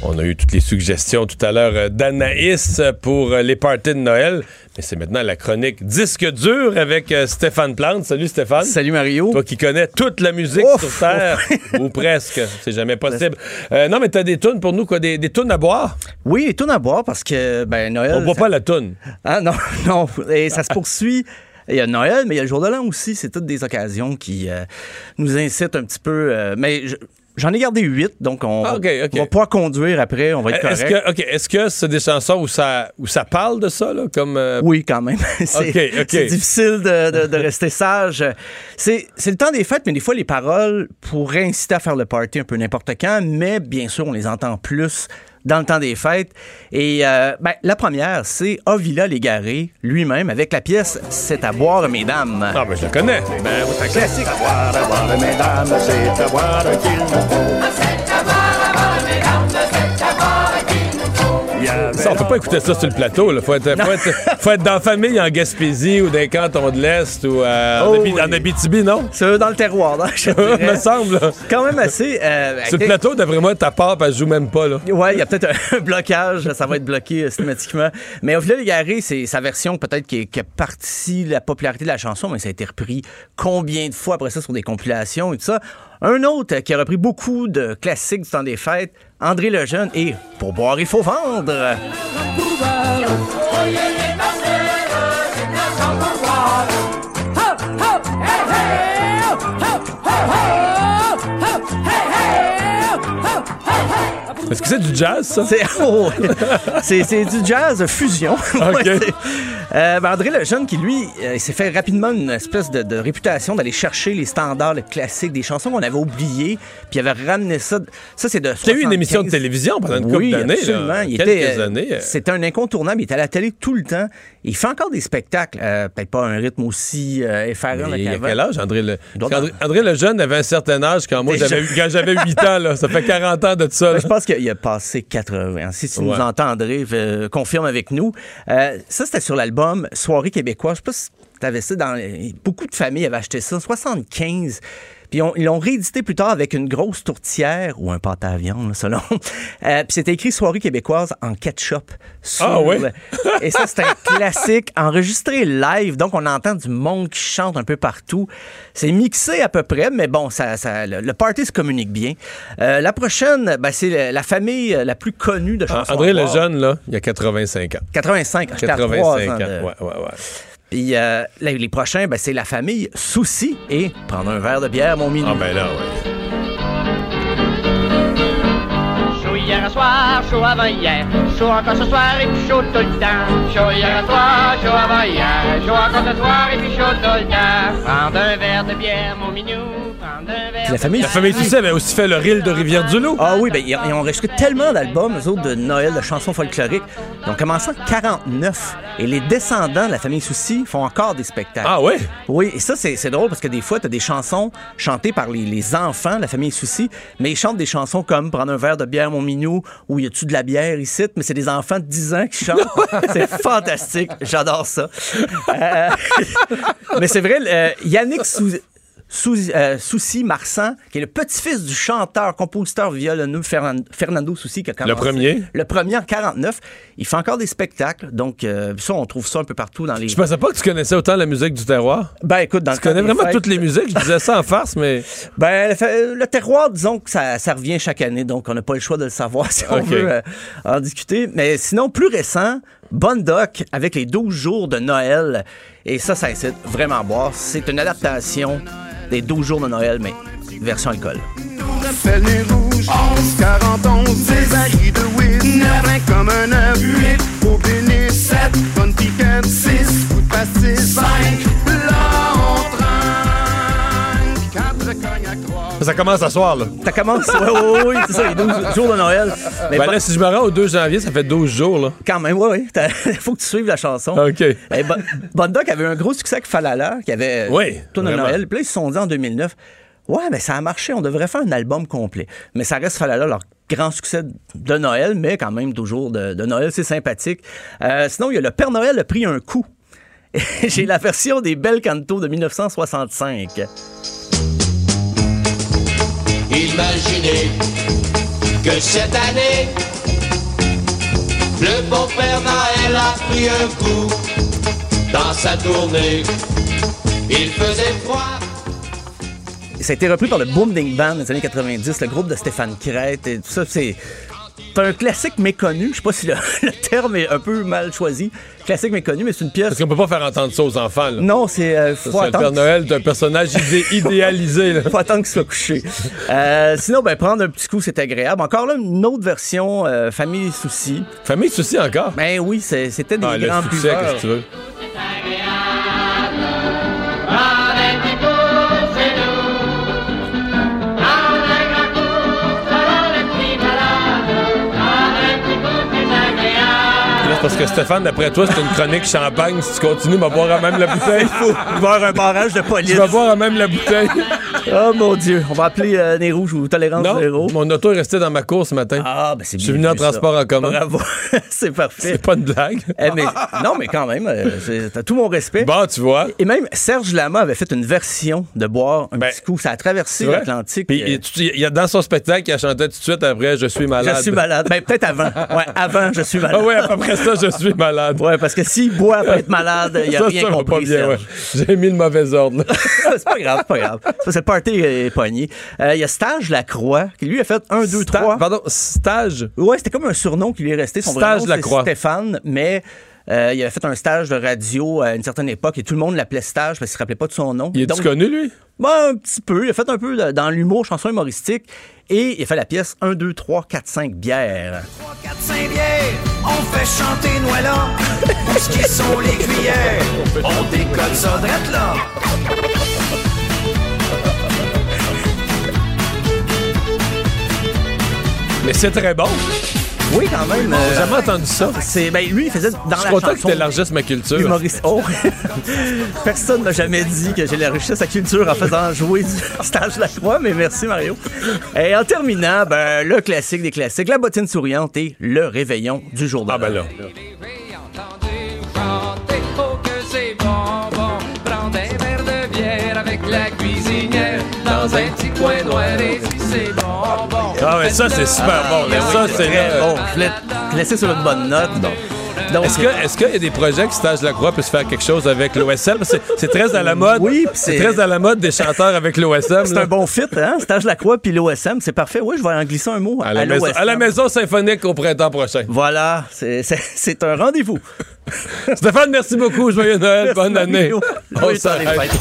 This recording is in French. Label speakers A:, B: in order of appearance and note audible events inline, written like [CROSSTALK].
A: On a eu toutes les suggestions tout à l'heure euh, d'Anaïs pour euh, les parties de Noël. Mais c'est maintenant la chronique Disque dur avec euh, Stéphane Plante. Salut Stéphane.
B: [LAUGHS] Salut Mario.
A: Toi qui connais toute la musique
B: Ouf! [LAUGHS]
A: sur Terre, ou presque. C'est jamais possible. Euh, non, mais t'as des tunes pour nous, quoi. Des, des tunes à boire.
B: Oui, et tout à boire parce que ben Noël.
A: On boit
B: Euh, ça-
A: pas la tune.
B: Ah non, [LAUGHS] non. Et ça se poursuit. Il y a Noël, mais il y a le jour de l'an aussi. C'est toutes des occasions qui euh, nous incitent un petit peu. euh, mais je- j'en ai gardé huit, donc on,
A: Ah, ok, ok.
B: on va pouvoir conduire après. On va être correct.
A: Est-ce que, ok, est-ce que c'est des chansons où ça, où ça parle de ça, là, comme euh,
B: Oui, quand même. [LAUGHS] c'est
A: Ok, ok.
B: c'est difficile de, de- de rester sage. C'est c'est le temps des fêtes, mais des fois, les paroles pourraient inciter à faire le party un peu n'importe quand, mais bien sûr, on les entend plus dans le temps des fêtes. Et euh, ben, la première, c'est Ovila Légaré, lui-même, avec la pièce « C'est à boire, mesdames
A: Ah, mais je la connais. Ben, oui, c'est classique. Ça, on peut pas écouter ça sur le plateau. Là. Faut, être, faut, être, faut être dans la famille en Gaspésie ou dans les cantons de l'Est ou euh, en,
B: Oh
A: Abi-
B: oui.
A: en Abitibi, non?
B: C'est dans le terroir, là,
A: [LAUGHS]
B: je
A: me
B: dirais.
A: semble. là.
B: Quand même assez... euh,
A: Sur le
B: euh,
A: plateau, d'après moi, ta part, elle joue même pas. Là.
B: Ouais, il y a peut-être un- [LAUGHS] un blocage, ça va être bloqué euh, systématiquement. Mais Ovila Légaré, c'est sa version peut-être qui, est- qui a parti la popularité de la chanson, mais ça a été repris combien de fois après ça sur des compilations et tout ça. Un autre euh, qui a repris beaucoup de classiques du temps des fêtes, André Lejeune et Pour boire, il faut vendre.
A: Est-ce que c'est du jazz, ça?
B: C'est [LAUGHS] oh, c'est- c'est du jazz fusion. [LAUGHS] Ouais, c'est- euh, ben, André Lejeune, qui lui, euh, il s'est fait rapidement une espèce de, de réputation d'aller chercher les standards les classiques des chansons qu'on avait oubliées, puis il avait ramené ça. Ça, c'est de.
A: T'as eu une
B: 75.
A: émission de télévision pendant une
B: oui,
A: couple d'années, là.
B: absolument. Il
A: Quelques
B: était, euh,
A: années, euh.
B: C'était un incontournable. Il était à la télé tout le temps. Il fait encore des spectacles. euh, Peut-être pas à un rythme aussi euh, effarant là,
A: Mais il y a
B: qu'avant.
A: quel âge, André Le...
B: doit
A: André, André Lejeune avait un certain âge quand moi
B: Déjà.
A: j'avais quand j'avais 8 ans. Là. Ça fait 40 ans de tout ça. là.
B: Ben, je pense qu'il a passé 80. Si tu
A: Ouais.
B: nous entendrais, euh, confirme avec nous. Euh, ça, c'était sur l'album Soirée québécoise. Je sais pas si t'avais ça dans... les- Beaucoup de familles avaient acheté ça, 75. Puis on- ils l'ont réédité plus tard avec une grosse tourtière ou un pâte à viande, là, selon. Euh, puis c'était écrit Soirée québécoise en ketchup. sur-
A: Ah ouais?
B: Et ça, c'est un classique enregistré live. Donc, on entend du monde qui chante un peu partout. C'est mixé à peu près, mais bon, ça, ça- le, le party se communique bien. Euh, la prochaine, ben, c'est la, la famille euh, la plus connue de
A: Ah,
B: chansons.
A: André
B: à boire.
A: Lejeune, là, il y a 85 ans.
B: 85, j'étais à trois
A: 85
B: ans
A: ans.
B: de-
A: Ouais, ouais, ouais.
B: Puis euh, les, les prochains, ben, c'est la famille Souci et Prendre un verre de bière, mon minou.
A: Ah ben là, ouais.
C: Chaud hier à soir, chaud avant hier, chaud encore ce soir et puis chaud tout le temps. Chaud hier à soir, chaud avant hier, chaud encore ce soir et puis chaud tout le temps. Prendre un verre de bière, mon minou, prendre un verre.
B: la famille-
C: de
A: La
C: bière.
A: famille Toussé avait aussi fait le reel de Rivière-du-Loup.
B: Ah oui, ben, ils ont ils ont enregistré tellement d'albums, eux autres, de Noël, de chansons folkloriques. Ils ont commencé en 49. Et les descendants de la famille Souci font encore des spectacles.
A: Ah ouais?
B: Oui, et ça, c'est c'est drôle parce que des fois, t'as des chansons chantées par les, les enfants, de la famille Souci, mais ils chantent des chansons comme Prendre un verre de bière, mon minou, ou Y a-tu de la bière ici? Mais c'est des enfants de 10 ans
A: [LAUGHS]
B: qui chantent. c'est fantastique. J'adore ça. Euh, [LAUGHS] mais c'est vrai, euh, Yannick Sou- Sou- euh, Soucy Marsan, qui est le petit-fils du chanteur, compositeur, violoneux Fernan- Fernando Soucy, qui a commencé-
A: premier.
B: Le premier en 49. Il fait encore des spectacles. Donc, euh, ça, on trouve ça un peu partout dans les.
A: Je pensais pas que tu connaissais autant la musique du terroir.
B: Ben, écoute, dans
A: Tu connais vraiment toutes les musiques. Je disais ça en farce, mais.
B: Ben, le fait- le terroir, disons que ça, ça revient chaque année, donc on n'a pas le choix de le savoir [LAUGHS] si on
A: Ok.
B: veut euh, en discuter. Mais sinon, plus récent, Bonne Doc avec les 12 jours de Noël. Et ça, ça incite vraiment à boire. C'est une adaptation des 12 jours de Noël, mais version alcool.
D: Rappelle les rouges, 11, 41, des barils de whiz, 9, comme un œuf, 8, au bénis, 7, bonne piquette, 6, coup de pastis, 5, là on trinque, 4 cognac, 3,
A: Ça commence à soir, là.
B: Ça commence, [LAUGHS] ouais, ouais, ouais, c'est ça, les 12 jours de Noël. Mais
A: Ben
B: bon-
A: là, si je me rends au 2 janvier, ça fait 12 jours, là.
B: Quand même, oui, oui. Il [LAUGHS] faut que tu suives la chanson.
A: OK.
B: Eh, Bon, Bon Doc avait un gros succès avec Falala, qui avait
A: Oui,
B: tout de
A: vraiment.
B: Noël. Puis là, ils se sont dit en 2009, ouais, mais ça a marché, on devrait faire un album complet. Mais ça reste Falala, leur grand succès de Noël, mais quand même toujours de, de Noël, c'est sympathique. Euh, sinon, il y a le Père Noël a pris un coup. [LAUGHS] J'ai la version des Belles Canto de 1965.
E: Imaginez que cette année, le bon Père Noël a pris un coup dans sa tournée. Il faisait froid.
B: Ça a été repris par le Boom Ding Band des années 90, le groupe de Stéphane Crête et tout ça. C'est c'est un classique méconnu. Je sais pas si le, [LAUGHS] le terme est un peu mal choisi. Classique méconnu, mais c'est une pièce.
A: Parce qu'on peut pas faire entendre ça aux enfants. Là.
B: Non, c'est euh, faut
A: Parce que le Père
B: attendre.
A: Noël est un personnage idé- idéalisé. là.
B: Faut attendre qu'il soit couché. Euh, sinon, ben prendre un petit coup, c'est agréable. Encore là, une autre version euh, Famille Souci.
A: Famille souci encore.
B: Ben oui, c'est- c'était des
A: Ah, le
B: grands
A: succès,
B: buveurs.
A: qu'est-ce que tu veux? Là, c'est parce que Stéphane, d'après toi, c'est une chronique champagne. Si tu continues, il va boire à même la bouteille.
B: Oh, Voir un barrage de police.
A: Tu vas boire à même la [LAUGHS] bouteille.
B: Oh mon Dieu, on va appeler euh, Nez Rouge ou Tolérance
A: Non,
B: Zéro.
A: mon auto est resté dans ma cour ce matin.
B: Ah, ben c'est bien.
A: Je suis venu en
B: vu, ça.
A: transport en commun.
B: Bravo, [LAUGHS] c'est parfait.
A: C'est pas une blague.
B: Eh, mais- non, mais quand même, euh, c'est- t'as tout mon respect.
A: Bon, tu vois.
B: Et même Serge Lama avait fait une version de boire un
A: Ben,
B: petit coup. Ça a
A: C'est
B: traversé
A: vrai.
B: l'Atlantique.
A: Puis,
B: euh,
A: il- tu- il y a dans son spectacle, il a chanté tout de suite après Je suis malade.
B: je suis malade. Ben, peut-être avant. Ouais, avant, je suis malade.
A: Ah ouais, après ça, je suis malade.
B: Ouais, parce que s'il boit après être malade, il a
A: ça,
B: rien
A: ça va
B: compris.
A: pas bien, ouais.
B: Serge.
A: J'ai mis le mauvais [LAUGHS] ordre. là.
B: [LAUGHS] c'est pas grave, c'est pas grave. Ça, c'est le party euh, pogné. Euh, Il y a Stage Lacroix qui lui a fait un, deux,
A: Sta-
B: trois.
A: Pardon, stage.
B: Ouais, c'était comme un surnom qui lui est resté. Son vrai
A: Stage
B: nom, c'est
A: Lacroix.
B: Stéphane, mais euh, il avait fait un stage de radio à une certaine époque et tout le monde l'appelait Stage parce qu'il se rappelait pas de son nom.
A: Il est
B: Donc,
A: connu, lui?
B: ben, un petit peu. Il a fait un peu de- dans l'humour, chanson humoristique. Et il a fait la pièce 1, 2, 3, 4, 5 bières.
F: 4, 5 bières, on fait chanter Noëlla. Où ce qu'ils sont les cuillères? On décolle ça drette là.
A: Mais c'est très bon.
B: Oui, quand même.
A: J'ai
B: euh,
A: jamais entendu ça.
B: c'est, ben, lui, il faisait dans
A: Je
B: la
A: suis content que
B: chanson
A: tu élargisses ma culture.
B: humoriste. Oh! [LAUGHS] Personne m'a jamais dit que j'ai la richesse à culture en faisant jouer du [LAUGHS] stage de la croix, mais merci Mario. Et en terminant, ben, le classique des classiques, la bottine souriante et le réveillon du jour de
A: Ah ben là.
B: l'an.
E: Chanter, oh que c'est bon, bon. Prendre un verre de bière avec la cuisinière dans un petit coin noir et si c'est bon, bon.
A: Ah ouais, ça, c'est super bon. ben Mais ça, c'est
B: Très
A: là.
B: bon. Je voulais te laisser sur une bonne note. Donc,
A: Est-ce que- est-ce qu'il y a des projets que Stage Lacroix puisse faire quelque chose avec l'OSM? C'est c'est très à la mode.
B: Oui, puis
A: c'est
B: c'est-
A: très à la mode des chanteurs avec l'OSM.
B: C'est un bon fit, hein? Stage Lacroix puis l'OSM, c'est parfait. Oui, je vais en glisser un mot.
A: À la, maison,
B: l'OSM.
A: à la maison symphonique au printemps prochain.
B: Voilà, c'est- c'est c'est un rendez-vous.
A: Stéphane, merci beaucoup. Joyeux Noël.
B: Merci,
A: bonne année.
B: Mario.
A: On
B: Joyeux temps des
A: s'arrête.
B: fêtes.